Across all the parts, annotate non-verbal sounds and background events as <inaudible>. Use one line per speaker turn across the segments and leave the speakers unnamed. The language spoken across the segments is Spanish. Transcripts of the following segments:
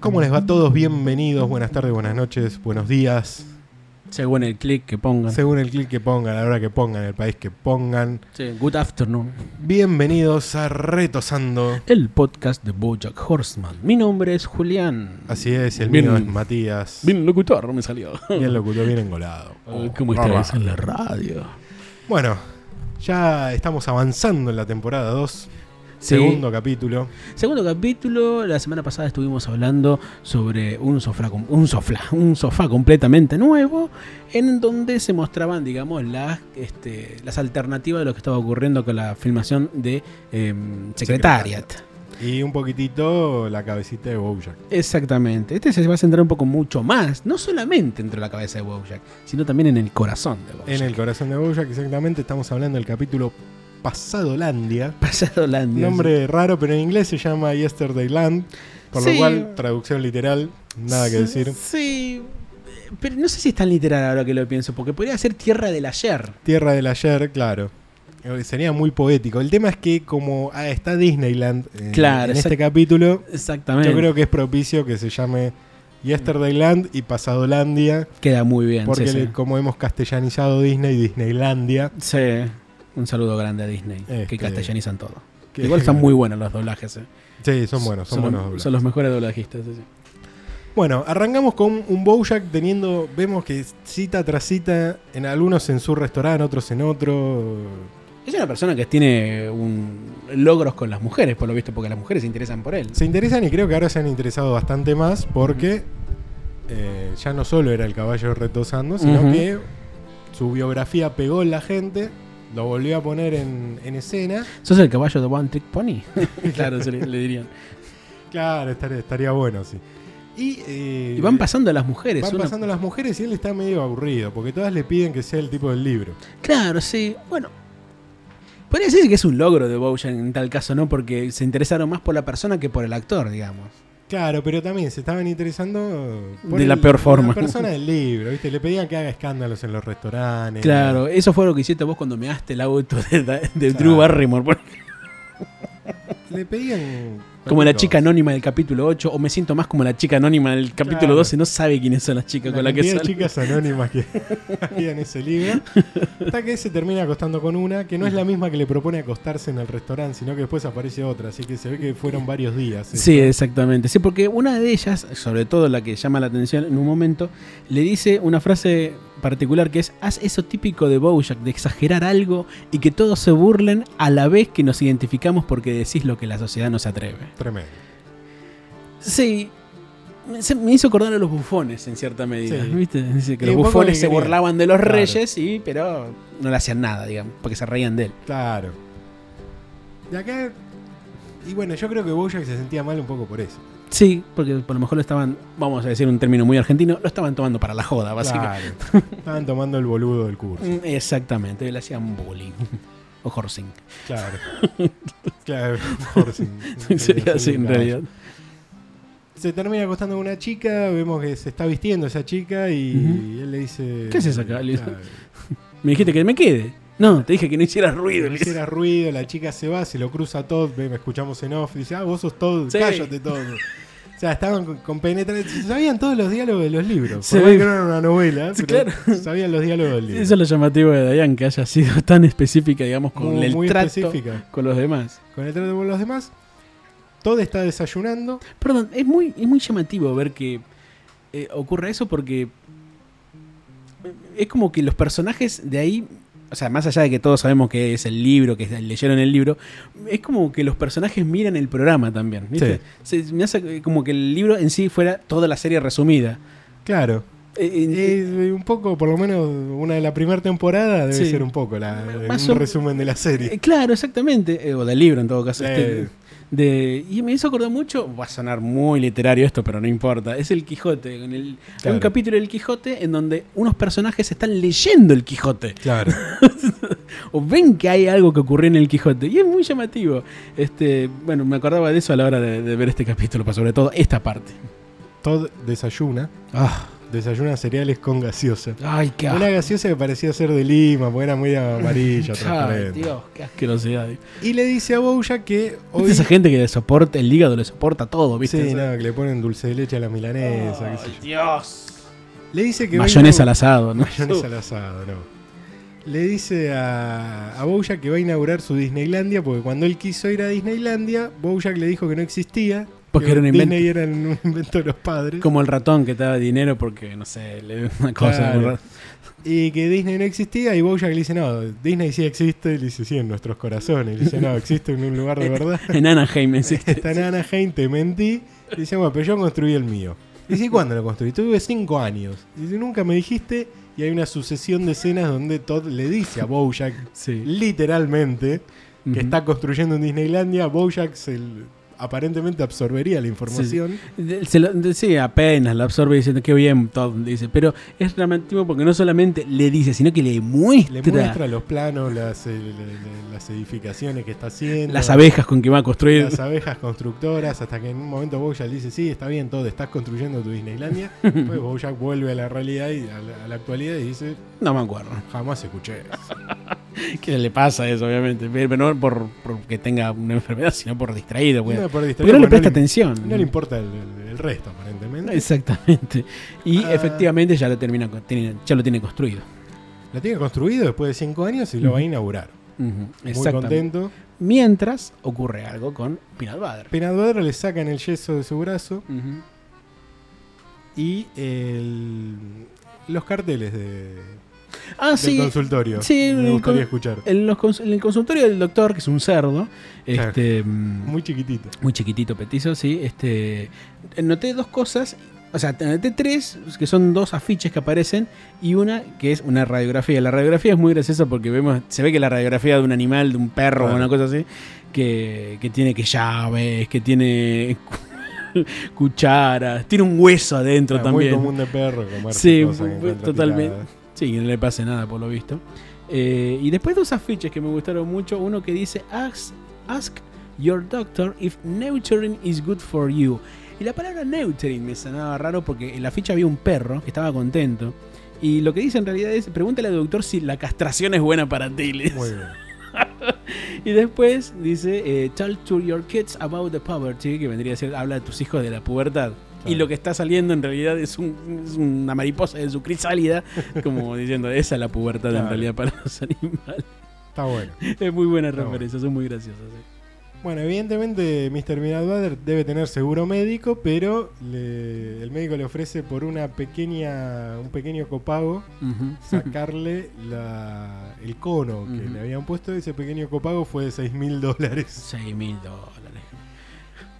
¿Cómo les va a todos? Bienvenidos, buenas tardes, buenas noches, buenos días.
Según el clic que pongan.
Según el clic que pongan, la hora que pongan, el país que pongan.
Sí, Good afternoon.
Bienvenidos a Retosando.
El podcast de Bojack Horseman. Mi nombre es Julián.
Así es, el
Bien.
mío es Matías. Bien,
Bien locutor, me salió.
locutor, bien
<laughs>
engolado.
Oh, ¿Cómo estáis en la radio?
Bueno, ya estamos avanzando en la temporada 2,
Sí.
segundo capítulo.
Segundo capítulo, la semana pasada estuvimos hablando sobre un sofá, com- un sofá, un sofá completamente nuevo, en donde se mostraban, digamos, las, este, las alternativas de lo que estaba ocurriendo con la filmación de eh, Secretariat.
Y un poquitito la cabecita de Bojack.
Exactamente. Este se va a centrar un poco mucho más, no solamente dentro de la cabeza de Bojack, sino también en el corazón de Bojack.
En el corazón de Bojack, exactamente, estamos hablando del capítulo Pasadolandia.
pasado la
Nombre raro, pero en inglés se llama Yesterday Land. Por lo
Sí.
cual, traducción literal, nada que decir.
Sí. Pero no sé si es tan literal ahora que lo pienso, porque podría ser Tierra del Ayer.
Tierra del ayer, claro. Eh, Sería muy poético. El tema es que como ah, está Disneyland eh,
Claro,
en este
exact-
capítulo,
Exactamente.
yo creo que es propicio que se llame Yesterdayland y Pasadolandia,
Queda muy bien.
porque
sí, sí.
le- como hemos castellanizado Disney, Disneylandia.
Sí. Un saludo grande a Disney,
Este-
que castellanizan todo.
que-
Igual
<laughs>
están muy buenos los doblajes. eh.
Sí, son buenos, son,
los-
buenos. doblajes.
son los mejores doblajistas. sí, sí.
Bueno, arrancamos con un Bojack teniendo, vemos que cita tras cita, en algunos en su restaurante, otros en otro.
Es una persona que tiene un- logros con las mujeres, por lo visto, porque las mujeres se interesan por él.
Se interesan y creo que ahora se han interesado bastante más porque eh, ya no solo era el caballo retosando, sino
Ujú.
que su biografía pegó en la gente, lo volvió a poner en, en escena.
¿Sos el caballo de One Trick
<laughs>
Pony? claro, se le, le dirían.
Claro, estar- estaría bueno, sí. Y, eh,
Y van pasando las mujeres.
van
una-
pasando las mujeres y él está medio aburrido porque todas le piden que sea el tipo del libro.
Claro, sí. Bueno. Podría decirse que es un logro de Bojan en tal caso, ¿no? Porque se interesaron más por la persona que por el actor, digamos.
Claro, pero también se estaban interesando
De la peor forma.
La persona del libro, ¿viste? Le pedían que haga escándalos en los restaurantes.
Claro, eso fue lo que hiciste vos cuando me daste el auto de, de
Claro.
Drew Barrymore. por-
Le pedían.
Como la
cualquier
chica anónima del capítulo 8, o me siento más como la chica anónima del capítulo
Claro.
12, no sabe quiénes son las chicas con las que
cantidad de
sale.
chicas anónimas que <laughs> había en ese libro. Hasta que se termina acostando con una, que no es la misma que le propone acostarse en el restaurante, sino que después aparece otra. Así que se ve que fueron varios días.
Sí, exactamente. Sí, porque una de ellas, sobre todo la que llama la atención en un momento, le dice una frase particular que es: haz eso típico de Bojack, de exagerar algo y que todos se burlen a la vez que nos identificamos porque decís lo que la sociedad no se atreve.
Tremendo.
Sí. me- se- me hizo acordar a los bufones en cierta medida.
Sí.
¿viste? Dice que
Y
los
un poco
bufones
que
se
quería.
burlaban de los
Claro.
reyes, y, pero no le hacían nada, digamos, porque se reían de él.
Claro. De acá. Y bueno, yo creo que Bojack se sentía mal un poco por eso.
Sí, porque por lo mejor lo estaban, vamos a decir un término muy argentino, lo estaban tomando para la joda, básicamente.
Claro. Estaban tomando el boludo del curso.
Mm, Exactamente, le hacían bullying. <laughs> O horsing. <laughs>
Claro. claro. por si-
Sería así en
Claro.
realidad.
Se termina acostando con una chica, vemos que se está vistiendo esa chica y él le dice...
¿Qué haces acá? Le dice.
Claro.
Me dijiste que me quede. No, te dije que no hicieras ruido.
Le
<laughs>
hiciera ruido, la chica se va, se lo cruza Todd, ve, me escuchamos en off, dice, ah, vos sos Todd,
Sí.
cállate Todd. O sea, estaban con, con penetra- sabían todos los diálogos de los libros.
Se
Por más
ve.
que no era una novela,
Sí,
pero
claro.
sabían los diálogos del libro.
Eso es lo llamativo de Dayan, que haya sido <laughs> tan específica, digamos, con
muy,
el
muy
trato
específica.
con los demás.
Con el trato con los demás, Todd está desayunando.
Perdón, es muy, es muy llamativo ver que eh, ocurra eso porque eh, es como que los personajes de ahí, o sea, más allá de que todos sabemos que es el libro, que leyeron el libro, es como que los personajes miran el programa también. ¿viste? Se- me hace eh, como que el libro en sí fuera toda la serie resumida.
Claro.
Eh, eh,
Eh, un poco, por lo menos una de la primera temporada debe
Sí.
ser un poco la,
Más
un
o-
resumen de la serie.
eh, claro, exactamente. eh, o del libro en todo caso. este,
Eh.
de- y me hizo acordar mucho, va a sonar muy literario esto, pero no importa. Es el Quijote. en el- Hay
Claro.
un capítulo del Quijote en donde unos personajes están leyendo el Quijote.
Claro.
o ven que hay algo que ocurrió en el Quijote. Y es muy llamativo. Este, bueno, me acordaba de eso a la hora de, de ver este capítulo, pero sobre todo esta parte.
Todd desayuna. desayuna cereales con gaseosa.
Ay, qué
Ah. Una
asco.
gaseosa que parecía ser de Lima, porque era muy
<laughs>
amarilla,
Ay,
transparente.
Dios, qué asquerosidad. ¿Viste
Y le dice a Bouya que hoy.
esa gente Este que le soporta, el hígado le soporta todo, ¿viste?
Sí, nada, que le ponen dulce de leche a la milanesa. qué sé yo.
Dios.
Le dice que. hoy
Mayonesa
no-
al asado, ¿no?
Mayonesa al asado, no. Le dice a, a Bojack que va a inaugurar su Disneylandia porque cuando él quiso ir a Disneylandia, Bojack le dijo que no existía.
Porque
que
era un invento.
Disney era un <laughs> invento de los padres.
<laughs> Como el ratón que te da dinero porque, no sé, le dio una cosa.
Claro.
<laughs>
Y que Disney no existía y Bojack le dice, no, Disney sí existe. Y le dice, sí, en nuestros corazones. Y le dice, no, existe en un lugar de
<laughs>
verdad.
En
<laughs>
Anaheim existe.
Esta nana gente mentí. Y dice, bueno, pero yo construí el mío. Y dice, "¿Y ¿cuándo lo construí? Tuve cinco años. Y dice, nunca me dijiste. Y hay una sucesión de escenas donde Todd le dice a Bojack,
Sí.
literalmente, que
Ujú.
está construyendo en Disneylandia. Bojack se, l- aparentemente absorbería la información.
De- se lo- de- sí, apenas la absorbe diciendo que bien, Todd dice. Pero es llamativo porque no solamente le dice, sino que le muestra,
Le muestra los planos, las, eh, le- le- las edificaciones que está haciendo.
las abejas con que va a construir.
Las abejas constructoras, hasta que en un momento Bojack le dice, sí, está bien, todo, estás construyendo tu
<laughs>
Disneylandia. Después Bojack vuelve a la realidad y a la- a la actualidad y dice,
<laughs> No me acuerdo.
Jamás escuché
<laughs>
eso.
¿Qué le pasa a eso, obviamente? Pero no por, por que tenga una enfermedad, sino por distraído, güey.
Una por distraído,
Porque no le
porque
presta atención.
No le importa el, el- el resto, aparentemente.
Exactamente. Y
Ah.
efectivamente ya lo termina, con- tiene- ya lo tiene construido.
Lo tiene construido después de cinco años y lo va a inaugurar.
Ujú,
Muy
Exactamente.
contento.
Mientras ocurre algo con Peanut Butter.
Peanut Butter le sacan el yeso de su brazo
Ujú.
y el- los carteles de,
Ah, sí.
del consultorio.
Sí,
me
el
gustaría
con-
escuchar.
En, los cons- en el consultorio del doctor, que es un cerdo,
Claro.
este, mm,
Muy chiquitito.
muy chiquitito, petizo, sí. Este, noté dos cosas, o sea, noté tres, que son dos afiches que aparecen, y una que es una radiografía. La radiografía es muy graciosa porque vemos, se ve que la radiografía de un animal, de un perro o
Claro.
una cosa así, que, que tiene que llaves, que tiene <laughs> cucharas, tiene un hueso adentro
Ah,
también.
Muy común de perro comerse
Sí,
cosas que
bu-
encuentra
totalmente.
tiradas.
Sí, que no le pase nada por lo visto. Eh, y después dos afiches que me gustaron mucho. Uno que dice ask, ask your doctor if neutering is good for you. Y la palabra neutering me sonaba raro porque en la ficha había un perro que estaba contento. Y lo que dice en realidad es, pregúntale al doctor si la castración es buena para ti. le dice.
Muy bien.
Y después dice, eh, tell to your kids about the poverty, que vendría a ser, habla de tus hijos de la pubertad. Y
Claro.
lo que está saliendo en realidad es, un- es una mariposa de
<laughs>
su crisálida, como diciendo, esa es la pubertad en
Claro.
realidad para los animales.
Está bueno.
Es muy buena
Está bueno.
referencia, son muy graciosas. sí.
Bueno, evidentemente Mr. Mirabad debe tener seguro médico, pero le- el médico le ofrece por una pequeña, un pequeño copago
<laughs>
sacarle la- el cono que
Ujú.
le habían puesto. Ese pequeño copago fue de 6 mil dólares.
Seis mil dólares.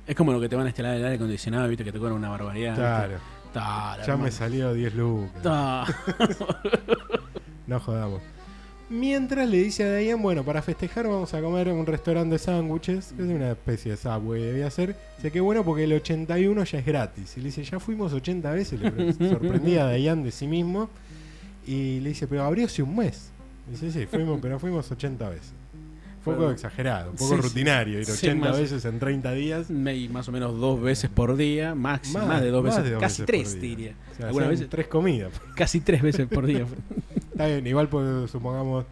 Es como lo que te van a instalar el aire acondicionado, viste que te cobran una barbaridad. ¿viste?
Claro,
Ta, la
ya me
hermana.
salió 10 lucas.
Ta. <laughs>
No jodamos. Mientras le dice a Diane, bueno, para festejar vamos a comer en un restaurante de sándwiches, que es una especie de subway, debía ser. Sé que bueno porque el 81 ya es gratis. Y le dice, ya fuimos 80 veces,
<laughs>
le sorprendía a Diane de sí mismo. Y le dice, pero abrió hace un mes. Y dice, sí, fuimos, pero fuimos 80 veces. Un poco
Pero-
exagerado, un poco
Sí, sí.
rutinario, ir
Sí,
80
más-
veces en 30 días.
Y más o menos dos veces por día, máximo, más, de dos
más
veces, casi
por
tres,
día.
te diría.
O sea,
Algunas
hacían
veces-
tres comidas.
Casi tres veces por día.
Está bien, igual por, supongamos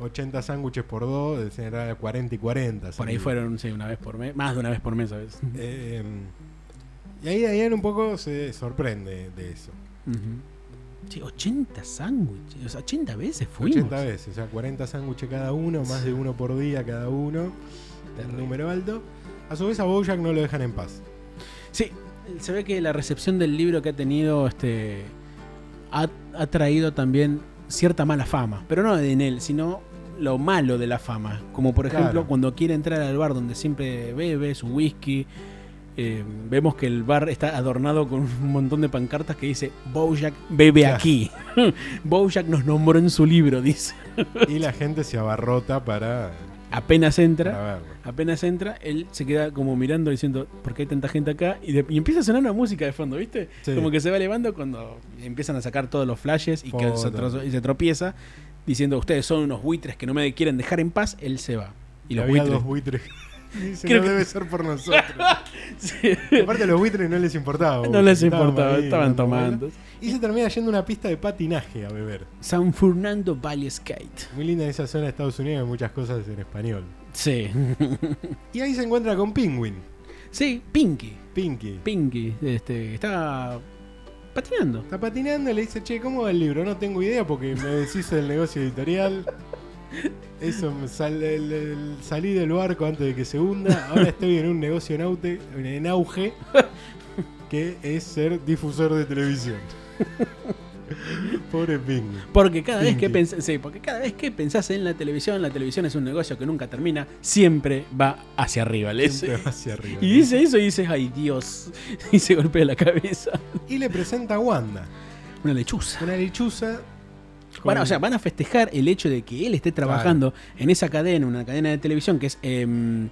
80 sándwiches por dos, de general 40 y 40.
Por ahí
así.
fueron, sí, una vez por mes, más de una vez por mes a veces.
Eh, y ahí Diane un poco se sorprende de eso.
Eh, Sí, 80 sándwiches, o sea, 80 veces fuimos.
80 veces, o sea, 40 sándwiches cada uno, más de uno por día cada uno. Un número alto. A su vez a Bojack no lo dejan en paz.
Sí, se ve que la recepción del libro que ha tenido este ha, ha traído también cierta mala fama, pero no en él, sino lo malo de la fama. Como por ejemplo,
Claro.
cuando quiere entrar al bar donde siempre bebe su whisky, eh, vemos que el bar está adornado con un montón de pancartas que dice Bojack bebe
Claro.
aquí. <laughs> Bojack nos nombró en su libro, dice.
Y la gente se abarrota para,
Apenas entra,
para verlo.
Apenas entra, él se queda como mirando diciendo, ¿por qué hay tanta gente acá? Y, de- y empieza a sonar una música de fondo, ¿viste?
Sí.
Como que se va elevando cuando empiezan a sacar todos los flashes y, que se,
Fotos.
tro- y se tropieza diciendo, ustedes son unos buitres que no me quieren dejar en paz, él se va. Y los
había
buitres,
dos buitres <laughs> Dice,
Creo
no
que-
debe ser por nosotros.
<laughs> Sí.
Aparte, a los buitres no les importaba.
<laughs> No
boludo,
les
estaban
importaba,
ahí
estaban
dando vueltas.
tomando.
Y se termina yendo a una pista de patinaje a beber.
San Fernando Valley Skate.
Muy linda esa zona de Estados Unidos, hay muchas cosas en español. <laughs>
Sí.
Y ahí se encuentra con Penguin,
Sí, Pinky.
Pinky.
Pinky, este, está patinando.
Está patinando y le dice, che, ¿cómo va el libro? No tengo idea porque me deshice del negocio editorial. Eso, me sal- el- el- salí del barco antes de que se hunda. Ahora estoy en un negocio en, aute- en auge, que es ser difusor de televisión. Pobre Penguin.
Porque cada vez que
Pinky.
pensás, sí, porque cada vez que pensás en la televisión, la televisión es un negocio que nunca termina, siempre va hacia arriba. le dice.
Siempre va hacia arriba.
Y dice eso y dices, ay Dios. <laughs> Y se golpea la cabeza.
Y le presenta a Wanda,
Una lechuza.
una lechuza. con-
Bueno, o sea, van a festejar el hecho de que él esté trabajando en esa cadena, una cadena de televisión que es. em,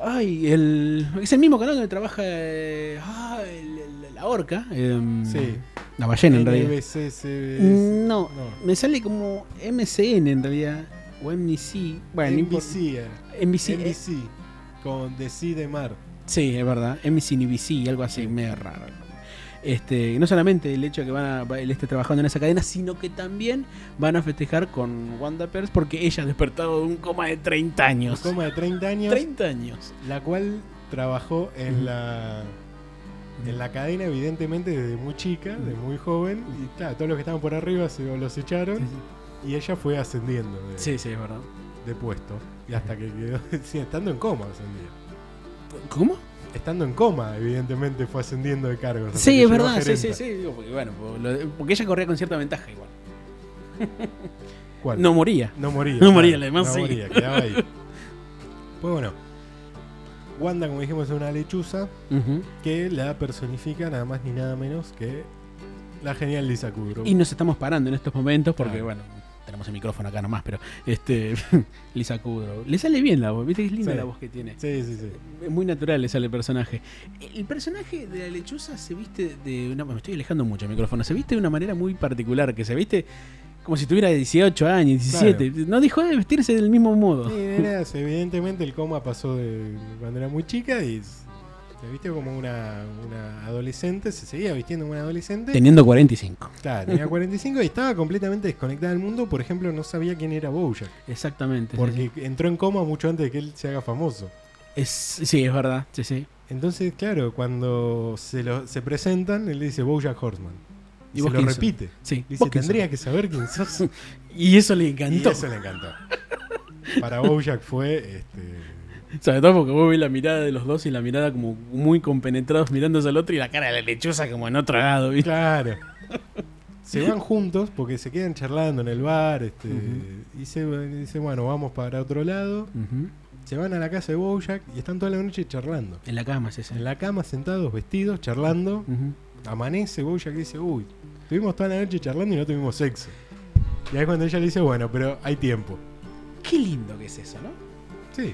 ay, el. Es el mismo canal donde trabaja. eh, ah, el- el- la orca. em,
Sí.
La ballena, en realidad. Mm,
NBC, CBS.
No,
No.
me sale como MCN en realidad. O MNC. Bueno, no importa.
NBC, eh,
NBC. eh,
NBC, con The Sea de Mar.
Sí, es verdad. MC NBC, algo así, medio raro. Este, no solamente el hecho de que van a- va- él esté trabajando en esa cadena, sino que también van a festejar con Wanda Pierce porque ella ha despertado de un coma de 30 años.
Coma de 30 años,
30 años.
la cual trabajó en la en la cadena evidentemente desde muy chica, de muy joven y claro, todos los que estaban por arriba se los echaron y ella fue ascendiendo de,
Sí, sí, es verdad.
de puesto y hasta que quedó <laughs> sí, estando en coma ascendió.
¿Cómo?
Estando en coma, evidentemente fue ascendiendo de cargos. hasta
Sí,
que
es
llegó a
verdad, sí, sí,
gerenta.
sí. digo, porque, bueno, por lo- porque ella corría con cierta ventaja igual.
¿Cuál?
No moría.
No moría.
No moría,
claro,
además,
no
sí.
moría, quedaba ahí. Pues bueno. Wanda, como dijimos, es una lechuza
Ujú.
que la personifica nada más ni nada menos que la genial Lisa Kudrow.
Y nos estamos parando en estos momentos porque,
Claro.
bueno, tenemos el micrófono acá nomás, pero este <laughs> Lisa Kudrow. Le sale bien la voz, ¿viste? Es linda
Sí.
la voz que tiene.
Sí, sí, sí.
Es muy natural le sale el personaje. El personaje de la lechuza se viste de una. Me estoy alejando mucho el micrófono. Se viste de una manera muy particular, que se viste como si tuviera 18 años, 17. No dejó de vestirse del mismo modo.
Sí, nena, se- evidentemente el coma pasó de cuando era muy chica y s- se vistió como una, una adolescente, se seguía vistiendo como una adolescente.
Teniendo 45.
Claro, tenía 45 y estaba completamente desconectada del mundo. Por ejemplo, no sabía quién era Bojack.
Exactamente. sí, sí.
Porque entró en coma mucho antes de que él se haga famoso.
Es, sí, es verdad. Sí, sí.
Entonces, claro, cuando se, lo, se presentan, él le dice Bojack Horseman. Y
¿Y
se
vos
lo
quién sos?
repite.
Sí,
Dice,
vos qué
tendría que saber quién
<laughs>
sos.
sos. Y eso le encantó.
Y eso le encantó. Para Bojack fue
<laughs>
este,
Sobre todo porque vos ves la mirada de los dos y la mirada como muy compenetrados mirándose al otro y la cara de la lechuza como en otro lado, ¿viste?
Claro. Se van juntos porque se quedan charlando en el bar. Este,
Ujú.
Y se van- y dicen, bueno, vamos para otro lado.
Ujú.
Se van a la casa de Bojack y están toda la noche charlando.
En la cama, sí, sí.
En la cama, sentados, vestidos, charlando.
Ujú.
Amanece Bojack y dice, uy, estuvimos toda la noche charlando y no tuvimos sexo. Y ahí es cuando ella le dice, bueno, pero hay tiempo.
Qué lindo que es eso, ¿no?
Sí,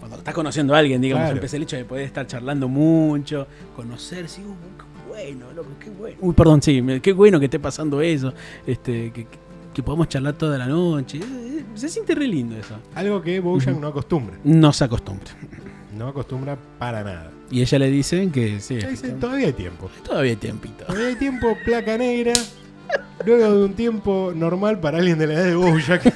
Cuando estás conociendo a alguien, digamos,
Claro.
empieza el hecho de poder estar charlando mucho, conocerse, uh, qué bueno, loco, qué bueno. Uy, perdón, sí, me- qué bueno que esté pasando eso, este, que, que- que podamos charlar toda la noche. Eh, eh, Se siente re lindo eso.
algo que Bojack
Ujú.
no acostumbra.
No se acostumbra.
No acostumbra para nada.
Y ella le dice que sí,
Ella dice, todavía hay tiempo.
todavía hay tiempito.
Todavía hay tiempo, placa negra. Luego de un tiempo normal para alguien de la edad de Bojack.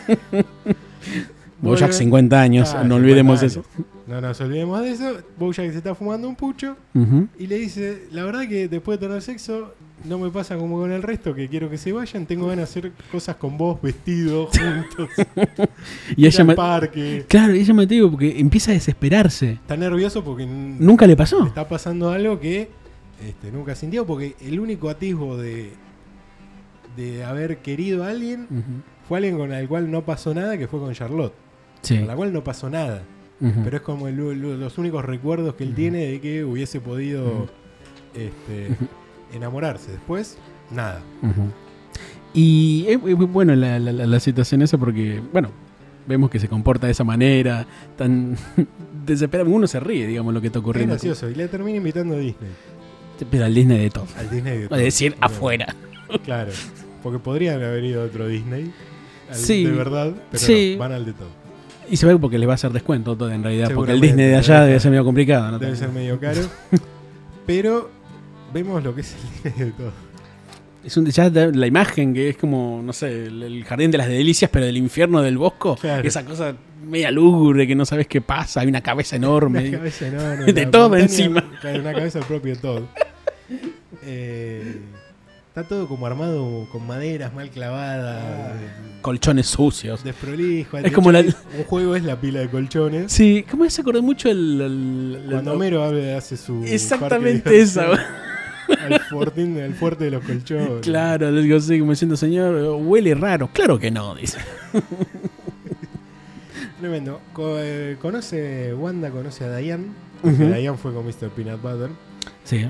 <laughs> Bojack
Vuelve-
50 años,
Ah, 50
no olvidemos
años.
eso.
No nos olvidemos de eso. Bojack se está fumando un pucho
Ujú.
y le dice, la verdad que después de tener sexo no me pasa como con el resto, que quiero que se vayan, tengo ganas de hacer cosas con vos,
<laughs>
vestidos, juntos,
Y
ir
ella
al
me...
parque.
Claro, y ella me digo porque empieza a desesperarse.
Está nervioso porque n-
Nunca le
le
pasó.
está pasando algo que este, nunca sintió, porque el único atisbo de, de haber querido a alguien
Ujú.
fue alguien con el cual no pasó nada, que fue con Charlotte,
Sí. Mm.
con la cual no pasó nada.
Ujú.
Pero es como el- lo- los únicos recuerdos
Mm.
que él tiene de que hubiese podido este,
<laughs>
enamorarse. Después, nada.
Ujú. Y es muy- muy bueno la, la- la- la situación esa porque, bueno, vemos que se comporta de esa manera, tan <laughs> desesperado. Uno se ríe, digamos, lo que está
Qué
ocurriendo.
gracioso. Y le termina invitando a Disney.
Pero al Disney de todo.
Al Disney de
Es decir,
Claro.
afuera.
Claro. Porque podrían haber ido a otro Disney. al
Sí.
De verdad. Pero
Sí.
no, van al de todo.
Y se ve porque les va a hacer descuento todo en realidad. Porque el
Seguramente,
Disney de allá
debe
debe
ser.
ser medio complicado. ¿no?
Debe ser medio
<laughs>
caro. Pero vemos lo que es el Disney de
<laughs>
todo.
Es un, ya da- la imagen que es como, no sé, el, el jardín de las delicias, pero del infierno del bosco.
Claro.
Esa cosa media lúgubre que no sabes qué pasa. Hay una cabeza
Una
enorme.
cabeza enorme.
De
una
todo
montaña-
encima.
claro, Una cabeza propia de todo. Eh, está todo como armado con maderas mal clavadas,
Colchones sucios.
desprolijo.
Es como la-
Un juego es la pila de colchones.
Sí, ¿cómo se acordó mucho el. el- el-
Cuando Homero habla- hace su. parque
Exactamente
de
esa,
diversiones Al, fortín- al fuerte de los colchones.
<laughs> Claro, le digo así, como diciendo, señor, huele raro. Claro que no, dice.
Tremendo. Co- eh, conoce, Wanda conoce a Diane.
Ujú.
porque Diane fue con Mr. Peanut Butter.
Sí.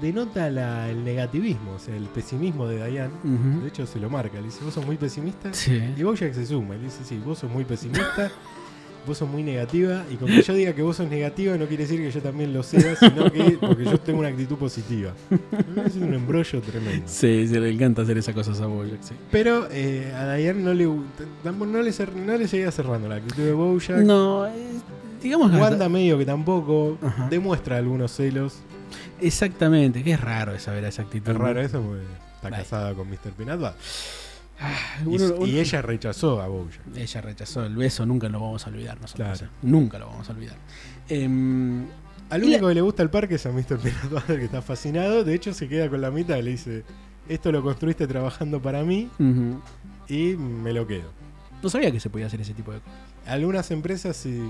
Denota la- el negativismo, o sea, el pesimismo de Diane. De hecho, se lo marca. Le dice, vos sos muy pesimista.
Sí.
Y Bojack se suma. Le dice, sí, vos sos muy
<laughs>
pesimista. vos sos muy negativa. Y con que yo diga que vos sos negativa no quiere decir que yo también lo sea, sino que
<laughs>
porque yo tengo una actitud positiva. Es un embrollo tremendo.
Sí, se le encanta hacer esas cosas a Bojack, sí.
Pero eh, a Diane no le, tampoco- no, le cer- no le seguía cerrando la actitud de Bojack.
No, eh, digamos la
Wanda
verdad-
medio que tampoco.
Ajá.
Demuestra algunos celos.
Exactamente, que es raro esa ver esa actitud.
Es
¿no?
raro eso porque está
Bye.
casada con Mr. Peanut Butter.
Ah,
Y,
uno- uno-
y ella rechazó a Bojack.
Ella rechazó el beso, nunca lo vamos a olvidar nosotros.
Claro.
¿eh? Nunca lo vamos a olvidar. Em,
Al
Y la-
único que le gusta el parque es a Mr. <laughs> Peanut Butter, que está fascinado. De hecho, se queda con la mitad y le dice: Esto lo construiste trabajando para mí
ujú.
y me lo quedo.
No sabía que se podía hacer ese tipo de cosas.
Algunas empresas, si.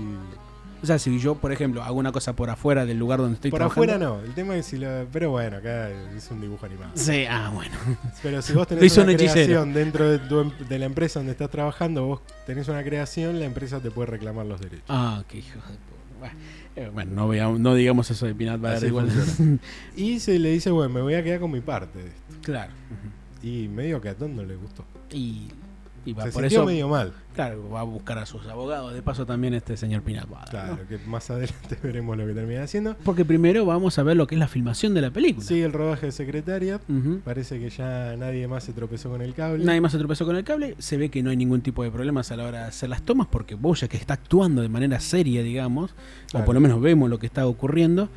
O sea, si yo, por ejemplo, hago una cosa por afuera del lugar donde estoy
Por
trabajando.
afuera no. El tema es si lo. Pero bueno, acá es un dibujo
<laughs>
animado.
Sí, ah, bueno.
Pero si vos
Lo
tenés
hizo
una
un hechicero.
creación dentro de, tu em- de la empresa donde estás trabajando, vos tenés una creación, la empresa te puede reclamar los derechos.
Ah, qué hijo de pu- Bah, eh, Bueno, no, vea- no digamos eso de Pinat
Así
Butter igual.
funciona. Y se le dice, bueno, me voy a quedar con mi parte. de esto".
<laughs> claro.
Y medio que a Tom no le gustó.
Y, y va
Se
por
sintió
eso.
medio mal.
Claro, va a buscar a sus abogados. De paso también este señor Pinat Butter,
Claro,
¿no?
que más adelante <laughs> veremos lo que termina haciendo.
Porque primero vamos a ver lo que es la filmación de la película.
Sigue el rodaje de secretaria.
Ujú.
Parece que ya nadie más se tropezó con el cable.
Nadie más se tropezó con el cable. Se ve que no hay ningún tipo de problemas a la hora de hacer las tomas porque Boya que está actuando de manera seria, digamos, o
Claro.
por lo menos vemos lo que está ocurriendo.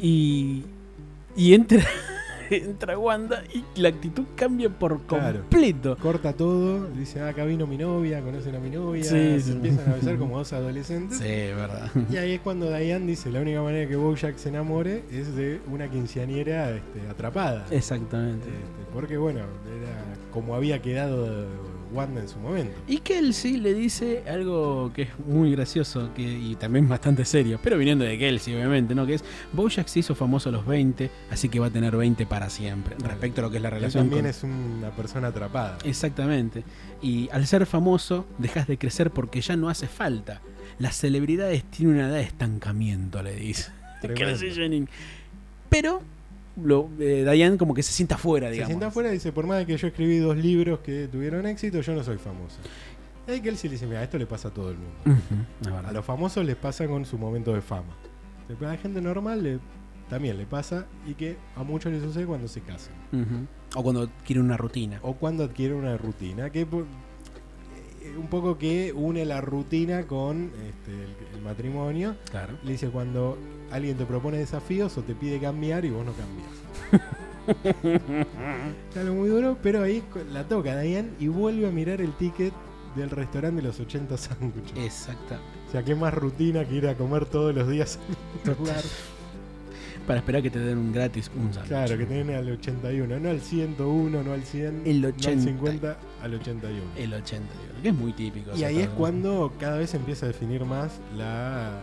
Y, y entra, <laughs> entra Wanda y la actitud cambia por
Claro.
completo.
Corta todo, dice, ah, acá vino mi novia, conocen a mi novia.
Sí,
se
sí.
empiezan a
<laughs>
besar como dos adolescentes.
Sí, verdad.
Y ahí es cuando Diane dice, la única manera que Bojack se enamore es de una quinceañera este, atrapada.
Exactamente.
Este, porque bueno, era como había quedado Wanda en su momento.
Y Kelsey le dice algo que es muy gracioso que, y también bastante serio, pero viniendo de Kelsey, obviamente, ¿no? Que es, Bojack se hizo famoso a los 20, así que va a tener 20 para siempre,
Claro.
respecto a lo que es la
Él
relación
también
con-
es una persona atrapada.
Exactamente. Y al ser famoso, dejas de crecer porque ya no hace falta. Las celebridades tienen una edad de estancamiento, le dice.
Tremendo.
Kelsey Jennings. Pero lo, eh, Diane como que se sienta fuera,
Se
digamos.
sienta afuera y dice, por más de que yo escribí dos libros que tuvieron éxito, yo no soy famoso. Y que él sí le dice, mira, esto le pasa a todo el mundo.
Mm. Ujú, la verdad.
A los famosos les pasa con su momento de fama. Pero a la gente normal le- también le pasa y que a muchos les sucede cuando se casan.
Ujú. O cuando quiere una rutina.
O cuando adquieren una rutina, que por- eh, un poco que une la rutina con este, el- el matrimonio.
Claro.
Le dice cuando alguien te propone desafíos o te pide cambiar y vos no cambias. Es algo muy duro, pero ahí co- la toca Diane y vuelve a mirar el ticket del restaurante de los 80 sándwiches.
Eh. Exactamente.
O sea, qué más rutina que ir a comer todos los días al lugar.
Para esperar que te den un gratis un sándwich.
Claro, que tienen al 81, no al 101, no al 100,
El Eh,
no
80.
al 50, al 81.
El 80, digo, que es muy típico. o
Y
sea,
ahí es
todo-
cuando cada vez se empieza a definir más la,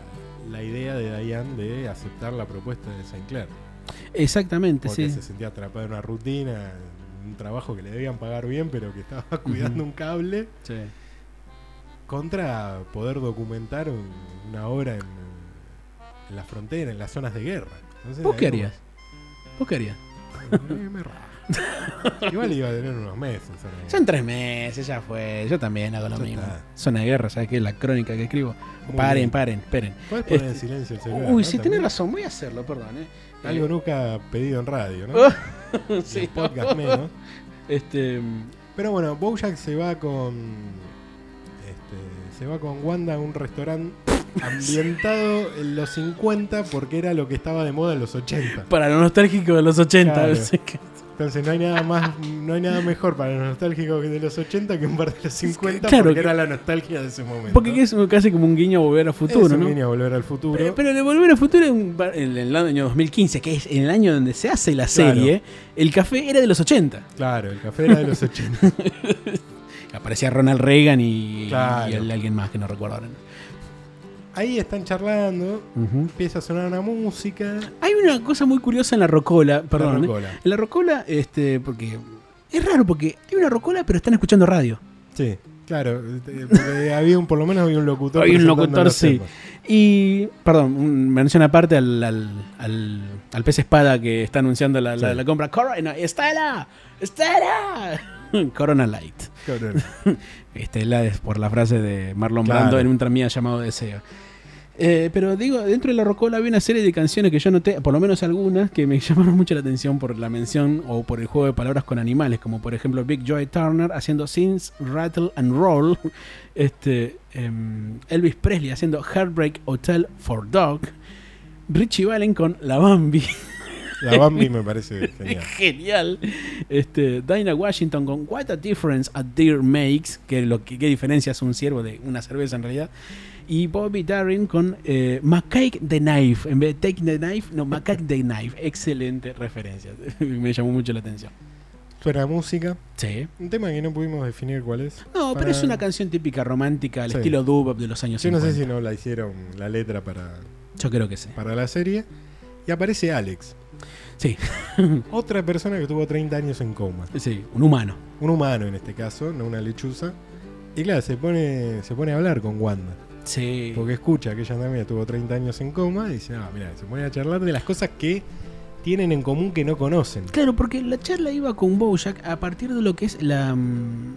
la idea de Diane de aceptar la propuesta de Sinclair.
Exactamente,
porque
sí.
se sentía atrapado en una rutina, en un trabajo que le debían pagar bien, pero que estaba <laughs> cuidando un cable,
Sí.
contra poder documentar un- una obra en, en la frontera, en las zonas de guerra. Entonces,
¿Vos qué
ahí
harías? ¿Vos qué harías?
como, "Eh, me
<laughs>
rajo". Igual iba a tener unos meses. en zona de
Son
guerra.
tres meses, ya fue. Yo también hago lo
Ya
mismo.
está.
Zona de guerra, ¿sabes qué? es La crónica que escribo.
Muy
paren,
bien.
paren, esperen.
Podés poner en
este-
silencio el celular.
Uy,
¿no?
sí, tenés
También.
razón, voy a hacerlo, perdón. ¿eh?
Algo
Eh,
nunca pedido en radio, ¿no? <laughs> Y en
<laughs> sí,
podcast menos.
Este, mm,
Pero bueno, Bojack se va con. este, Este, se va con Wanda a un
<laughs>
restaurante ambientado en los 50 porque era lo que estaba de moda en los 80.
Para lo nostálgico de los 80.
Claro.
así que-
Entonces no hay nada más, no hay nada mejor para los nostálgicos de los 80 que un bar de los 50
claro
porque
que-
era la nostalgia de ese momento.
Porque es casi como un guiño a volver al futuro,
es un
¿no?
guiño a volver al futuro.
Pero, pero de volver al futuro en, en el año 2015, que es el año donde se hace la
Claro.
serie, el café era de los 80.
Claro, el café era de los
<laughs>
80.
Aparecía Ronald Reagan y,
Claro.
y al- alguien más que no recuerdo ahora.
Ahí están charlando,
Ujú.
empieza a sonar una música.
Hay una cosa muy curiosa en la Rocola, perdón. ¿eh?
rocola.
En la Rocola, este, porque. Es raro porque hay una Rocola, pero están escuchando radio.
Sí, claro, eh, porque había un, por lo menos había un locutor.
Había un
presentando
locutor,
los
sí.
temas.
Y, perdón, un- mención aparte al, al, al- al pez espada que está anunciando la, la-
Sí.
la compra. Corona, Estela, Estela. <laughs> Corona Light.
Cabrón.
Estela es por este, la frase de Marlon
Claro.
Brando en un tranvía llamado Deseo. Eh, pero digo, dentro de la Rocola había una serie de canciones que yo noté, por lo menos algunas, que me <laughs> llamaron mucho la atención por la mención o por el juego de palabras con animales, como por ejemplo Big Joy Turner haciendo Sins, Rattle and Roll, <laughs> este, em, Elvis Presley haciendo Heartbreak Hotel for Dog, Richie Valen con La Bambi,
La Bambi me parece genial.
genial, este, Dinah Washington con What a Difference a Deer Makes, que lo que, qué diferencia es un ciervo de una cerveza en realidad, y Bobby Darin con eh, Macaque the Knife, en vez de Take the Knife, no, Macaque the Knife, excelente referencia, <laughs> me llamó mucho la atención.
Suena música.
Sí.
Un tema que no pudimos definir cuál es.
No, pero
Para-
es una canción típica romántica, al
Sí.
estilo doo de los años
Yo no sé
50.
si no la hicieron la letra para,
Yo creo que sí.
para la serie. Y aparece Alex.
Sí.
<laughs> Otra persona que tuvo 30 años en coma.
Sí, un humano.
Un humano en este caso, no una lechuza. Y claro, se pone, se pone a hablar con Wanda.
Sí.
Porque escucha que ella también tuvo 30 años en coma. Y dice, ah, mira, se pone a charlar de las cosas que tienen en común que no conocen.
Claro, porque la charla iba con Bojack a partir de lo que es la... mm,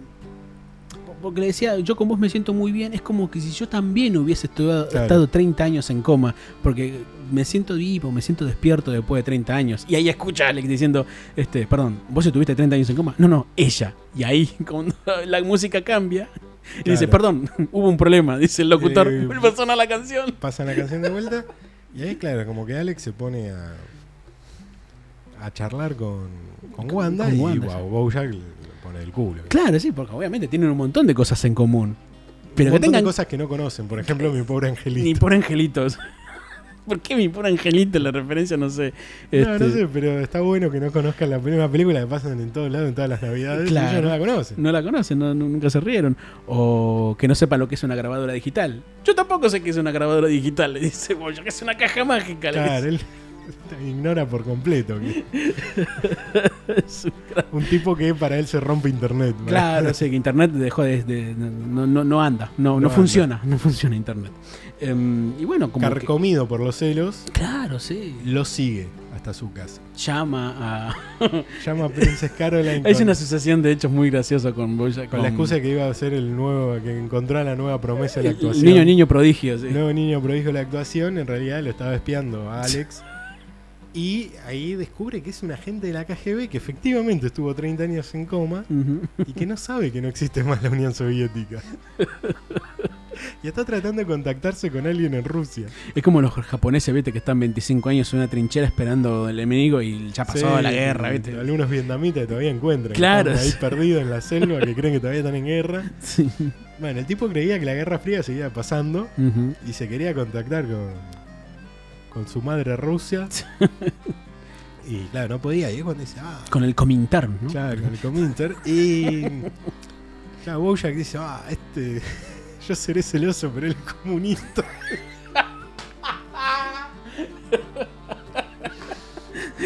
Porque le decía, yo con vos me siento muy bien, es como que si yo también hubiese estuva-
Claro.
estado 30 años en coma, porque me siento vivo, me siento despierto después de 30 años. Y ahí escucha a Alex diciendo, este, perdón, vos estuviste 30 años en coma. No, no, ella. Y ahí <laughs> cuando la música cambia, y dice,
Claro.
perdón, <laughs> hubo un problema, dice el locutor,
Eh,
<laughs> me pasó a la canción.
Pasan la canción de vuelta. y ahí, claro, como que Alex se pone a, a charlar con, con
Con-
Wanda.
con
y
Wanda,
wow, Bojack le, le pone el culo.
Claro, sí, porque obviamente tienen un montón de cosas en común. Pero
un
que
montón de
tengan
cosas que no conocen, por ejemplo, mi pobre angelito.
Ni por angelitos. <laughs> ¿Por qué mi por angelito? La referencia no sé.
No,
Este,
no sé, pero está bueno que no conozcan la primera película que pasan en todos lados, en todas las navidades.
Claro.
y Ellos no la conocen.
no la conocen, no- no- nunca se rieron. O que no sepan lo que es una grabadora digital. Yo tampoco sé qué es una grabadora digital, le dice Boya, que es una caja mágica. le
Claro, él <laughs> ignora por completo. que-
dice. <laughs> Es un gra-
un tipo que para él se rompe internet. ¿verdad?
Claro, sí, que internet dejó de. de- no, no, no anda, no, no,
anda.
funciona, no funciona internet. Em, y bueno, como. que-
Carcomido por los celos,
claro, sí.
lo sigue hasta su casa.
Llama a.
Llama a Princess Caroline.
es
con-
una asociación de hechos muy graciosa con Boya.
Con la excusa de que iba a ser el nuevo, que encontró a la nueva promesa de la actuación.
Eh, Niño, niño prodigio, sí.
El nuevo niño prodigio de la actuación, en realidad lo estaba espiando a Alex. Y ahí descubre que es un agente de la KGB que efectivamente estuvo 30 años en coma
Ujú.
y que no sabe que no existe más la Unión Soviética. Y está tratando de contactarse con alguien en Rusia.
Es como los japoneses, viste, que están 25 años en una trinchera esperando el enemigo y ya pasó
Sí,
la guerra, viste.
Algunos vietnamitas que todavía encuentran. que
Claro.
están ahí perdidos en la selva, que creen que todavía están en guerra.
Sí.
Bueno, el tipo creía que la Guerra Fría seguía pasando.
Ujú.
Y se quería contactar con, con su madre
<laughs>
Rusia. y claro, no podía. Y es cuando dice, ah,
Con el Comintern, ¿no?
claro, con el Cominter. Y claro, Bojack dice, ah, este, <laughs> yo seré celoso, pero él es comunista.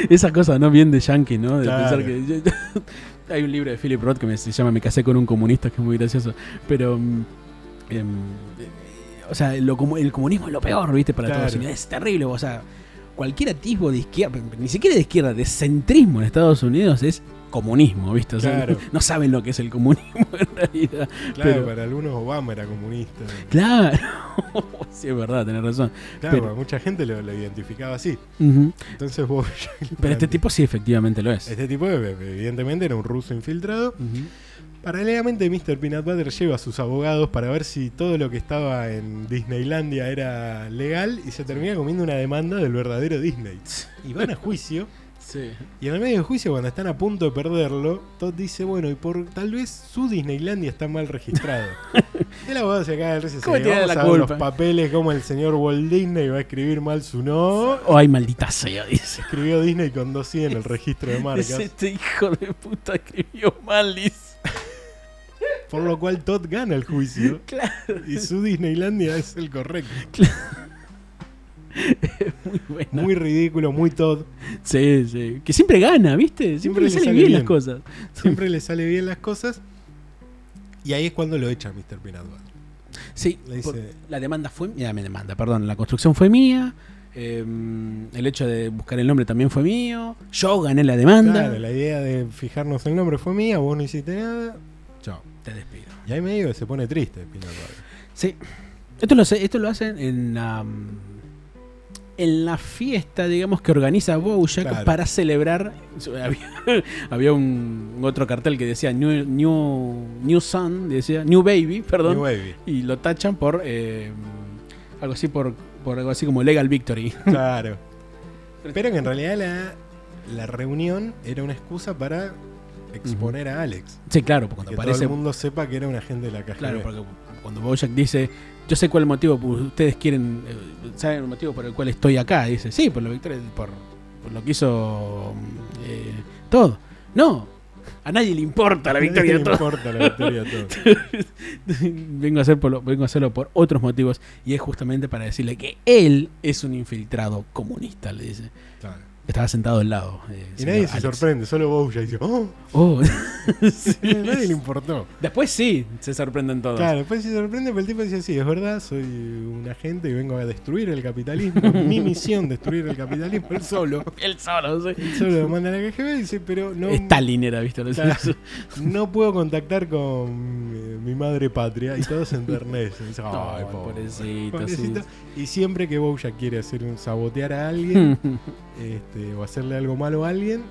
Esa cosa, ¿no? Bien de yankee, ¿no? De
Claro.
pensar que. yo- yo- <laughs> Hay un libro de Philip Roth que me- se llama Me casé con un comunista, que es muy gracioso. Pero. mm, em, eh, o sea, lo comu- el comunismo es lo peor, viste, para
Claro.
Estados Unidos. Es terrible, o sea. Cualquier atisbo de izquierda, ni siquiera de izquierda, de centrismo en Estados Unidos es comunismo, ¿viste? O sea,
Claro.
no saben lo que es el comunismo <laughs> en realidad.
Claro,
pero-
para algunos Obama era comunista.
Claro, <laughs> sí, es verdad, tenés razón.
Claro,
Pero-
mucha gente lo, lo identificaba así.
Ujú.
Entonces vos...
<laughs> Pero este tipo sí efectivamente lo es.
Este tipo, evidentemente, era un ruso infiltrado.
Ujú.
Paralelamente, Mr. Peanut Butter lleva a sus abogados para ver si todo lo que estaba en Disneylandia era legal y se termina comiendo una demanda del verdadero Disney. Y van a juicio.
Sí.
Y en el medio del juicio, cuando están a punto de perderlo, Todd dice, bueno, y por tal vez su Disneylandia está mal
<laughs>
registrado. el abogado se cae del risa y
¿Cómo
se
tiene
vamos
la
a ver los
culpa?
papeles como el señor Walt Disney va a escribir mal su no.
Ay, maldita sea, dice.
Escribió Disney con dos I en el registro de
<laughs>
marcas.
Dice, este hijo de puta escribió mal, dice.
Por lo cual Todd gana el juicio.
<laughs> Claro,
Y su Disneylandia es el correcto.
muy bueno.
Muy ridículo, muy Todd.
Sí, sí. Que siempre gana, ¿viste?
Siempre
Siempre, le
le
salen
sale
bien,
bien.
las cosas.
Siempre le sale bien las cosas. Y ahí es cuando lo echa Mr. Peanut Butter.
Sí,
Le dice-
por- la demanda fue mía, me demanda, perdón, la construcción fue mía. eh, el hecho de buscar el nombre también fue mío. Yo gané la demanda.
Claro, la idea de fijarnos el nombre fue mía, vos no hiciste nada. Chao.
Te despido.
Y ahí medio que se pone triste Peanut Butter.
Sí. Esto lo, sé- esto lo hacen en la, en la fiesta, digamos, que organiza Bojack
Claro.
para celebrar. <laughs> Había, había un otro cartel que decía New, New, New Sun, decía New Baby, perdón.
New Baby.
y lo tachan por eh, algo así por, por algo así como legal victory <laughs>
Claro. Pero que en realidad la, la reunión era una excusa para exponer a Alex.
sí claro porque
Que
cuando aparece
todo el mundo sepa que era un agente de la KGB.
claro porque cuando Bojack dice yo sé cuál motivo pu- ustedes quieren eh, saben el motivo por el cual estoy acá dice sí por la victoria por, por lo que hizo eh, todo no a nadie le importa la
A nadie
victoria
le
de todo
importa la victoria de Todd.
<laughs> vengo a hacer por lo- vengo a hacerlo por otros motivos y es justamente para decirle que él es un infiltrado comunista le dice
<laughs> Claro.
estaba sentado al lado eh,
Y
señor
nadie se
Alex.
sorprende, solo vos ya dice, <laughs> oh,
Oh. <laughs>
a <laughs> nadie le importó.
Después sí, se sorprenden todos.
Claro, después se sorprende, pero el tipo dice, sí, es verdad, soy un agente y vengo a destruir el capitalismo. <laughs> Mi misión, destruir el capitalismo, él solo.
<laughs> Él solo, sí.
Él solo lo manda a la KGB y dice, pero no,
Stalin era, ¿viste?
Claro. no puedo contactar con eh, mi madre patria. Y todos se enternecen. Dice, Ay,
Ay,
pobre,
pobrecito,
pobrecito".
sí. Hmm.
Y siempre que Bowja quiere hacer un sabotear a alguien este, o hacerle algo malo a alguien,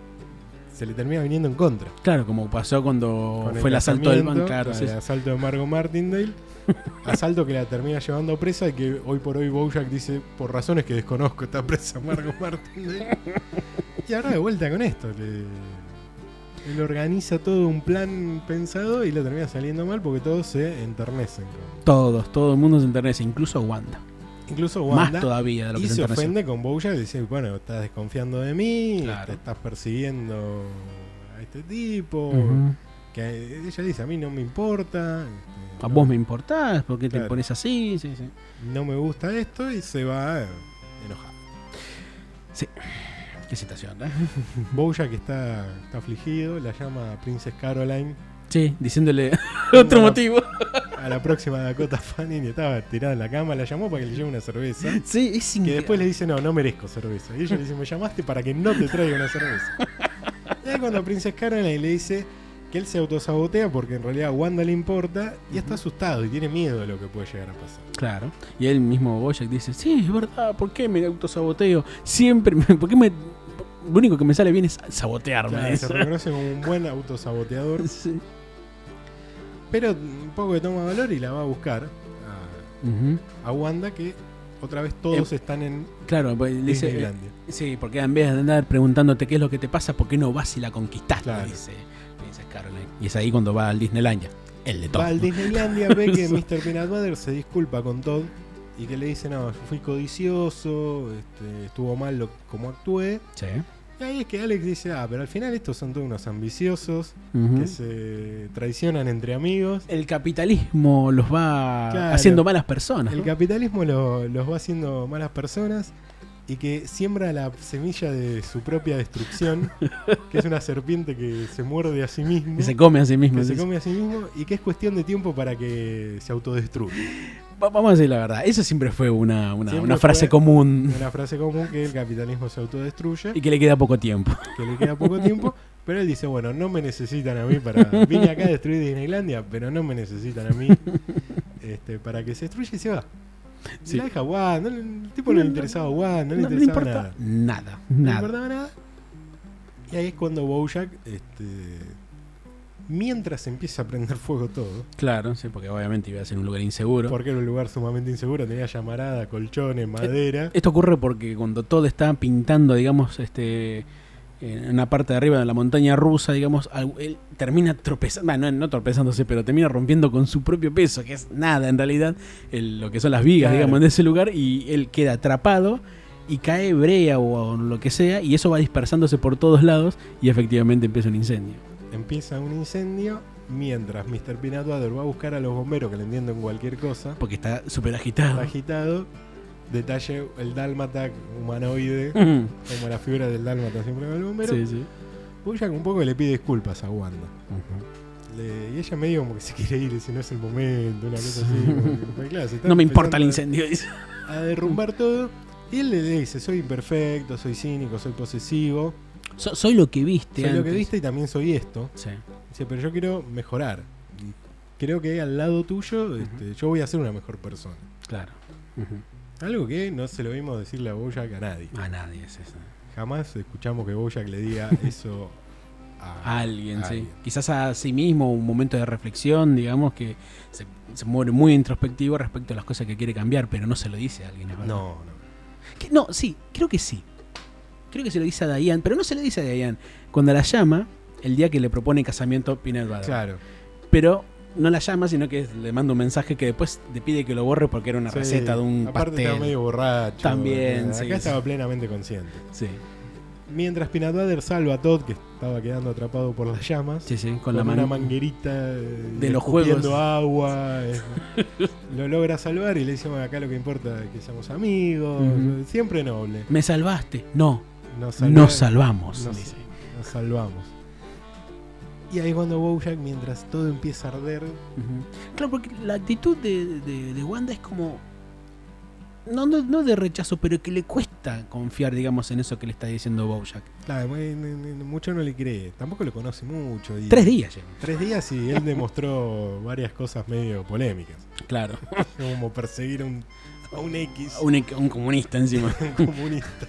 se le termina viniendo en contra.
<laughs> Claro, como pasó cuando
Con
fue el asalto del
casamiento,
banco. Claro, sí,
El asalto de Margo
<laughs>
Martindale. asalto que la termina llevando presa y que hoy por hoy Bojack dice, por razones que desconozco, está presa Margo
<laughs>
Martindale. y ahora de vuelta con esto. le- él organiza todo un plan pensado y lo termina saliendo mal porque todos se enternecen. con-
Todos, todo el mundo se enternece, incluso Wanda.
Incluso
Más
Wanda.
todavía de lo que
Y
se
se
enternece.
ofende con Bojack y dice, bueno, estás desconfiando de mí,
Claro.
te estás persiguiendo a este tipo.
Ujú.
Que ella dice, a mí no me importa. este,
A
no-
vos me importás, ¿por qué te
Claro.
pones así? Sí, sí.
no me gusta esto y se va eh, enojado.
Qué situación, ¿eh?
Bojack está, está afligido, la llama Princess Caroline
Sí, diciéndole otro
Bueno.
motivo.
a la próxima Dakota Fanning y estaba tirada en la cama, la llamó para que le lleve una cerveza.
Sí, es
Que
increíble.
después le dice, no, no merezco cerveza. Y ella le dice, me llamaste para que no te traiga una cerveza. Y ahí cuando Princess Caroline le dice que él se autosabotea porque en realidad a Wanda le importa y está asustado y tiene miedo de lo que puede llegar a pasar.
Claro. Y él mismo, Boyack, dice, sí, es verdad, ¿por qué me autosaboteo? Siempre, me- ¿por qué me... Lo único que me sale bien es sabotearme. <laughs>
Claro, se reconoce como un buen autosaboteador.
Sí.
Pero un poco de toma de valor y la va a buscar. a-
Ujú.
a Wanda que otra vez todos están en
Claro, pues, le Eh, dice,
Disneylandia.
eh, sí, porque en vez de andar preguntándote qué es lo que te pasa, ¿por qué no vas y la conquistas?
Claro.
Dice, piensa Caroline. Y es ahí cuando va al Disneylandia. El de todo.
Va al Disneylandia, ve
<laughs>
que Mr. Peanut Butter se disculpa con Todd y que le dice, no, yo fui codicioso, este, estuvo mal lo, como actué.
Sí.
Y ahí es que Alex dice, ah, pero al final estos son todos unos ambiciosos
Ujú.
que se traicionan entre amigos.
El capitalismo los va
Claro.
haciendo malas personas.
El
¿no?
capitalismo lo- los va haciendo malas personas y que siembra la semilla de su propia destrucción, que es una serpiente que se muerde a sí mismo.
Que se come a sí mismo.
que se
<laughs> dice.
come a sí mismo y que es cuestión de tiempo para que se
<laughs>
autodestruya.
Va- Vamos a decir la verdad. Eso siempre fue una, una-
Siempre
una frase
fue-
común
Una frase común que el capitalismo se autodestruye,
y que le queda poco tiempo.
que le queda poco tiempo, Pero él dice, bueno, no me necesitan a mí
<laughs>
para... Vine acá a destruir Disneylandia, pero no me necesitan a mí este, para que se destruya y se va.
Sí.
Se la deja a Walt, no le- el tipo no,
No,
le
no,
interesaba a Walt, no le
<laughs> No, le
interesaba
importa
nada.
nada.
No le
Nada.
importaba nada. Y ahí es cuando Bojack, este, mientras empieza a prender fuego todo,
Claro, sí, porque obviamente iba a ser un lugar inseguro.
porque era un lugar sumamente inseguro, tenía llamarada,
Eh,
colchones, madera.
Esto ocurre porque cuando Todd está pintando, digamos, este en una parte de arriba de la montaña rusa, digamos, al- él termina tropezando, bueno, no, no tropezándose, pero termina rompiendo con su propio peso, que es nada en realidad, el- lo que son las vigas,
Claro.
digamos, de ese lugar, y él queda atrapado y cae brea o, o lo que sea, y eso va dispersándose por todos lados y efectivamente empieza un incendio.
Empieza un incendio mientras Mr. Peanut Butter va a buscar a los bomberos que le entienden cualquier cosa.
Porque está súper
Está
<laughs> agitado.
agitado. Detalle, el dálmata humanoide,
Ujú.
como la figura del dálmata siempre con el bombero.
Sí, sí.
Bojack un poco le pide disculpas a Wanda. Le- y ella medio como que se quiere ir, si no es el momento, una cosa así. como que, pues,
<laughs>
claro, se está
No me importa el
empezando
incendio, dice.
A derrumbar todo. Y él le dice, soy imperfecto, soy cínico, soy posesivo.
So- soy lo que viste.
Soy lo que
antes.
viste y también soy esto.
Sí.
Dice, pero yo quiero mejorar. Y Creo que al lado tuyo este, yo voy a ser una mejor persona.
Claro. Ujú.
Algo que no se lo vimos decirle a Bojack a nadie.
A nadie es eso.
Jamás escuchamos que Bojack le
<laughs>
diga eso a
A alguien,
a
sí.
alguien.
Quizás a sí mismo, un momento de reflexión, digamos, que se, se muere muy introspectivo respecto a las cosas que quiere cambiar, pero no se lo dice a alguien, es verdad.
No, no.
Que- no, sí, creo que sí. Creo que se lo dice a Diane, pero no se lo dice a Diane. Cuando la llama, el día que le propone casamiento, Pinel Butter.
Claro.
Pero no la llama, sino que le manda un mensaje que después le pide que lo borre porque era una
Sí,
receta de un
Aparte estaba
pastel.
medio borracho.
También,
Acá
sí,
estaba
sí.
plenamente consciente.
Sí,
Mientras Peanut Butter salva a Todd, que estaba quedando atrapado por las llamas.
sí, sí, con,
Con
la
una
mano.
manguerita eh,
De los
escupiendo
juegos.
agua. eh, <laughs> lo logra salvar y le dice, "Bueno, acá lo que importa es que seamos amigos.
Ujú.
Siempre noble.
Me salvaste. No,
Nos, salva-
nos salvamos.
nos-
dice.
nos salvamos. Y ahí es cuando Bojack, mientras todo empieza a arder,
Ujú. Claro, porque la actitud de, de- de Wanda es como. No, no, no de rechazo, pero que le cuesta confiar, digamos, en eso que le está diciendo Bojack.
claro, eh, eh, mucho no le cree. Tampoco lo conoce mucho. y-
Tres días lleva.
Tres días y él demostró varias cosas medio polémicas.
Claro.
Como perseguir a un, a un X,
<laughs> Un, un
<laughs>
comunista encima.
un comunista.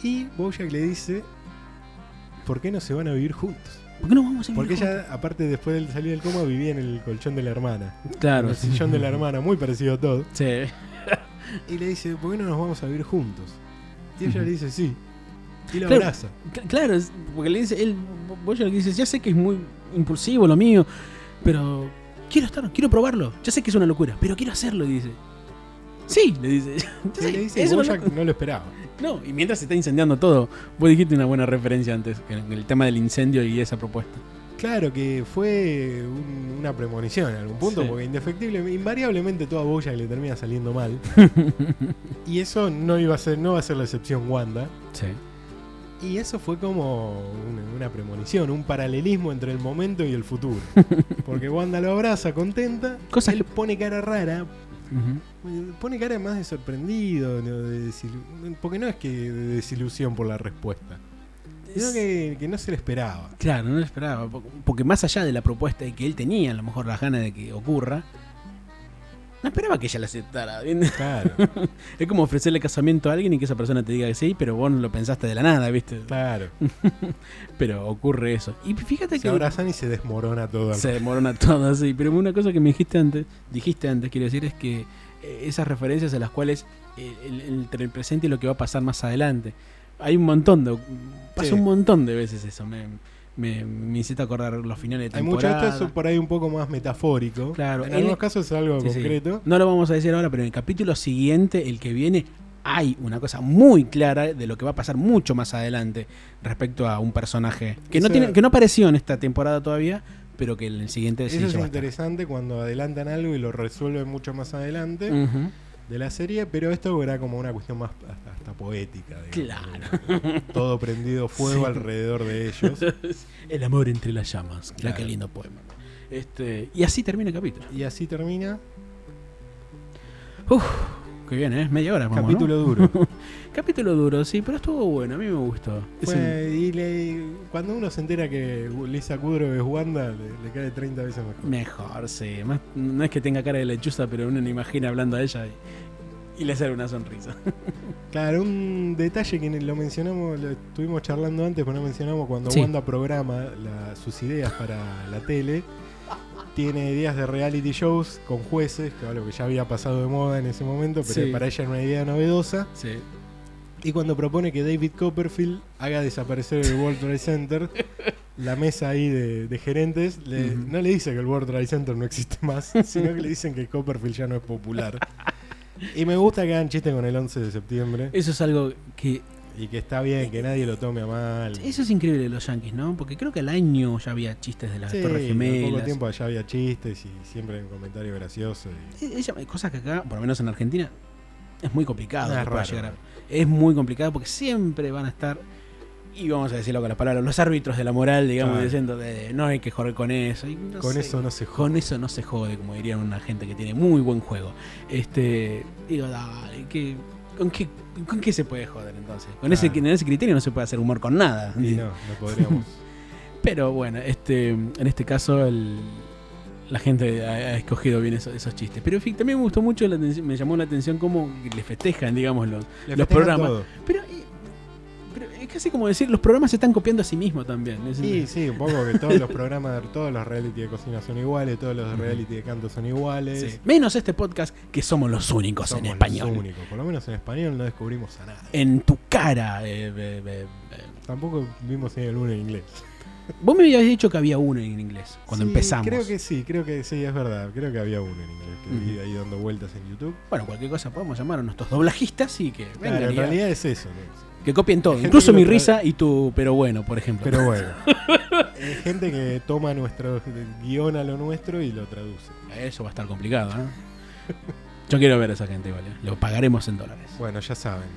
Y Bojack le dice, ¿por qué no se van a vivir juntos?
¿Por qué no vamos a vivir
Porque ella, aparte, después de salir del coma, vivía en el colchón de la hermana.
juntos?
En
Claro.
el sillón de la hermana, muy parecido a todo.
Sí.
Y le dice, ¿por qué no nos vamos a vivir juntos? Y ella
Ujú.
le dice, sí. Y lo
Claro.
abraza.
C- Claro, es- porque le dice. Él, Bojack le dice: Ya sé que es muy impulsivo lo mío, pero. Quiero estar, quiero probarlo. Ya sé que es una locura, pero quiero hacerlo, dice. Sí, le dice. Ya
Y
sé,
le dice,
<laughs> es una
Bojack
locu-
no lo esperaba.
No, y mientras se está incendiando todo, vos dijiste una buena referencia antes, que en el tema del incendio y esa propuesta.
Claro que fue un- una premonición en algún punto,
Sí.
porque indefectible, invariablemente toda boya le termina saliendo
<laughs>
mal. y eso no iba a ser, no va a ser la excepción Wanda.
Sí.
Y eso fue como una, una premonición, un paralelismo entre el momento y el
<laughs>
futuro. Porque Wanda lo abraza, contenta,
Cosa
él
que-
pone cara rara, eh, pone cara más de sorprendido, no, de desilu- porque no es que de desilusión por la respuesta, sino que- que no se le esperaba.
Claro, no lo esperaba, po- porque más allá de la propuesta y que él tenía, a lo mejor las ganas de que ocurra, no esperaba que ella la aceptara. ¿bien?
Claro.
<laughs> Es como ofrecerle casamiento a alguien y que esa persona te diga que sí, pero vos no lo pensaste de la nada, ¿viste?
Claro.
Pero ocurre eso. Y fíjate
Se
que...
abrazan y se desmorona todo.
Se demorona todo así. Pero una cosa que me dijiste antes, dijiste antes, quiero decir, es que eh, esas referencias a las cuales eh, el- el- entre el presente y lo que va a pasar más adelante. Hay un montón de. Pasa
Sí.
un montón de veces eso. Me, me, me hiciste acordar los finales de
Hay mucho
temporada.
esto es por ahí un poco más metafórico.
Claro,
en
él-
algunos casos es algo
Sí, sí.
concreto.
No lo vamos a decir ahora, pero en el capítulo siguiente, el que viene, hay una cosa muy clara de lo que va a pasar mucho más adelante respecto a un personaje que no
Eso-
tiene, que no apareció en esta temporada todavía, pero que en el siguiente sí
Eso es
ya va a estar.
interesante cuando adelantan algo y lo resuelven mucho más adelante
Ujú.
de la serie, pero esto era como una cuestión más hasta, hasta poética. digamos. Todo prendido fuego
Sí.
alrededor de ellos.
El amor entre las llamas. Mirá
Claro.
qué lindo poema. Este, y así termina el capítulo.
Y así termina.
Uf, qué bien, ¿eh? Media hora, vamos, ¿no? <laughs>
capítulo duro.
Capítulo duro, sí, pero estuvo bueno, a mí me gustó. Es
Fue-
un-
y le- cuando uno se entera que Lisa Kudrow es Wanda, le, le cae 30 veces mejor.
Mejor, sí. Más- no es que tenga cara de lechuza, pero uno no imagina hablando a ella y, y le sale una sonrisa.
Claro, un detalle que lo mencionamos, lo estuvimos charlando antes, pero no mencionamos cuando
Sí.
Wanda programa la- sus ideas para la tele. Tiene ideas de reality shows con jueces, que algo que ya había pasado de moda en ese momento, pero
Sí.
para ella era una idea novedosa.
Sí.
Y cuando propone que David Copperfield haga desaparecer el World Trade
<laughs>
Center, la mesa ahí de, de gerentes, le-
Ujú.
no le dice que el World Trade Center no existe más,
<laughs>
sino que le dicen que Copperfield ya no es popular. Y me gusta que hagan chiste con el 11 de septiembre.
Eso es algo que.
Y que está bien, que nadie lo tome a mal.
Eso es increíble de los yankees, ¿no? Porque creo que al año ya había chistes de las
Sí,
Torres
en poco
Gemelas.
tiempo allá había chistes y siempre hay un comentario gracioso. y-
Eh, ella- cosas que acá, por lo menos en Argentina, es muy complicado.
Ah,
que
es
pueda
raro,
llegar a-
raro.
es muy complicado porque siempre van a estar, y vamos a decirlo con las palabras, los árbitros de la moral, digamos,
Claro.
diciendo de, no hay que jugar con eso. y no
con
sé,
eso no se jode.
Con eso no se jode, como diría una gente que tiene muy buen juego. Este, digo, dale, ¿qué- con, qué, ¿con qué se puede joder entonces? Con ese,
Claro.
con ese criterio no se puede hacer humor con nada.
Y no, no
<laughs>
podríamos.
Pero bueno, este, en este caso el- la gente ha, ha escogido bien eso- esos chistes. Pero en fin, también me gustó mucho, la atención- me llamó la atención cómo le festejan, digamos, los,
Le festejan
los programas.
todo.
Pero, eh, pero es casi como decir, los programas se están copiando a sí mismos también. Es-
Sí, sí, un poco que todos los programas, todos los reality de cocina son iguales, todos los
Ujú.
reality de canto son iguales.
sí. Menos este podcast, que somos los únicos
Somos
en
los
español.
únicos, por lo menos en español no descubrimos a nadie.
En tu cara. eh, eh, eh, eh.
Tampoco vimos en el uno en inglés.
Vos me habías dicho que había uno en inglés cuando
Sí,
empezamos.
Creo que sí, creo que sí, es verdad. Creo que había uno en inglés que vi
Ujú.
ahí dando vueltas en YouTube.
Bueno, cualquier cosa podemos llamar a nuestros doblajistas y que
Claro,
vengan
en
y hagan.
realidad es eso. ¿no?
Que copien todo,
Gente
incluso
que
mi
lo tra-
risa y tu pero bueno, por ejemplo.
Pero
<laughs>
bueno, hay gente que toma nuestro guión a lo nuestro y lo traduce.
Eso va a estar complicado, ¿no? Yo quiero ver a esa gente, ¿vale? Lo pagaremos en dólares.
Bueno, ya
<laughs>
saben.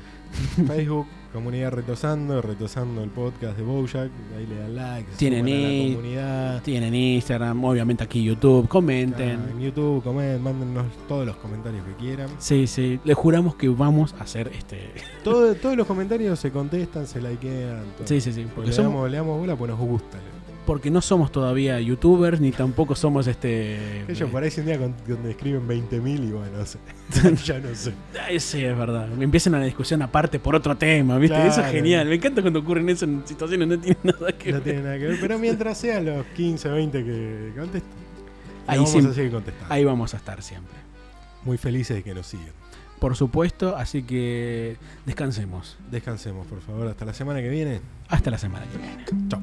Facebook, comunidad retosando, retosando el podcast de Bojack. Ahí le dan like, se
Tienen
suman a
ahí,
la comunidad.
Tienen Instagram, obviamente aquí YouTube, comenten.
Ah, En YouTube, comen, mándennos todos los comentarios que quieran.
Sí, sí, le juramos que vamos a hacer este.
Todo- <laughs> todos los comentarios se contestan, se likean. todo.
Sí, sí, sí.
Porque
Porque,
le,
somos,
damos, le damos bola pues nos gusta.
porque no somos todavía youtubers ni tampoco somos este.
Ellos por ahí un día con- donde escriben 20.000 y bueno, no
<laughs>
sé. ya no sé.
Ay, sí, es verdad. Empiezan una discusión aparte por otro tema, ¿viste? Eso es
Claro.
genial. Me encanta cuando ocurren eso en situaciones no tienen nada que
No
ver.
tiene nada que ver. Pero mientras sean los 15, 20 que contesten,
Ahí
ahí vamos
sí.
a seguir contestando.
Ahí vamos a estar siempre.
Muy felices de que nos sigan.
Por supuesto, así que descansemos.
Descansemos, por favor. Hasta la semana que viene.
Hasta la semana que viene. Chao.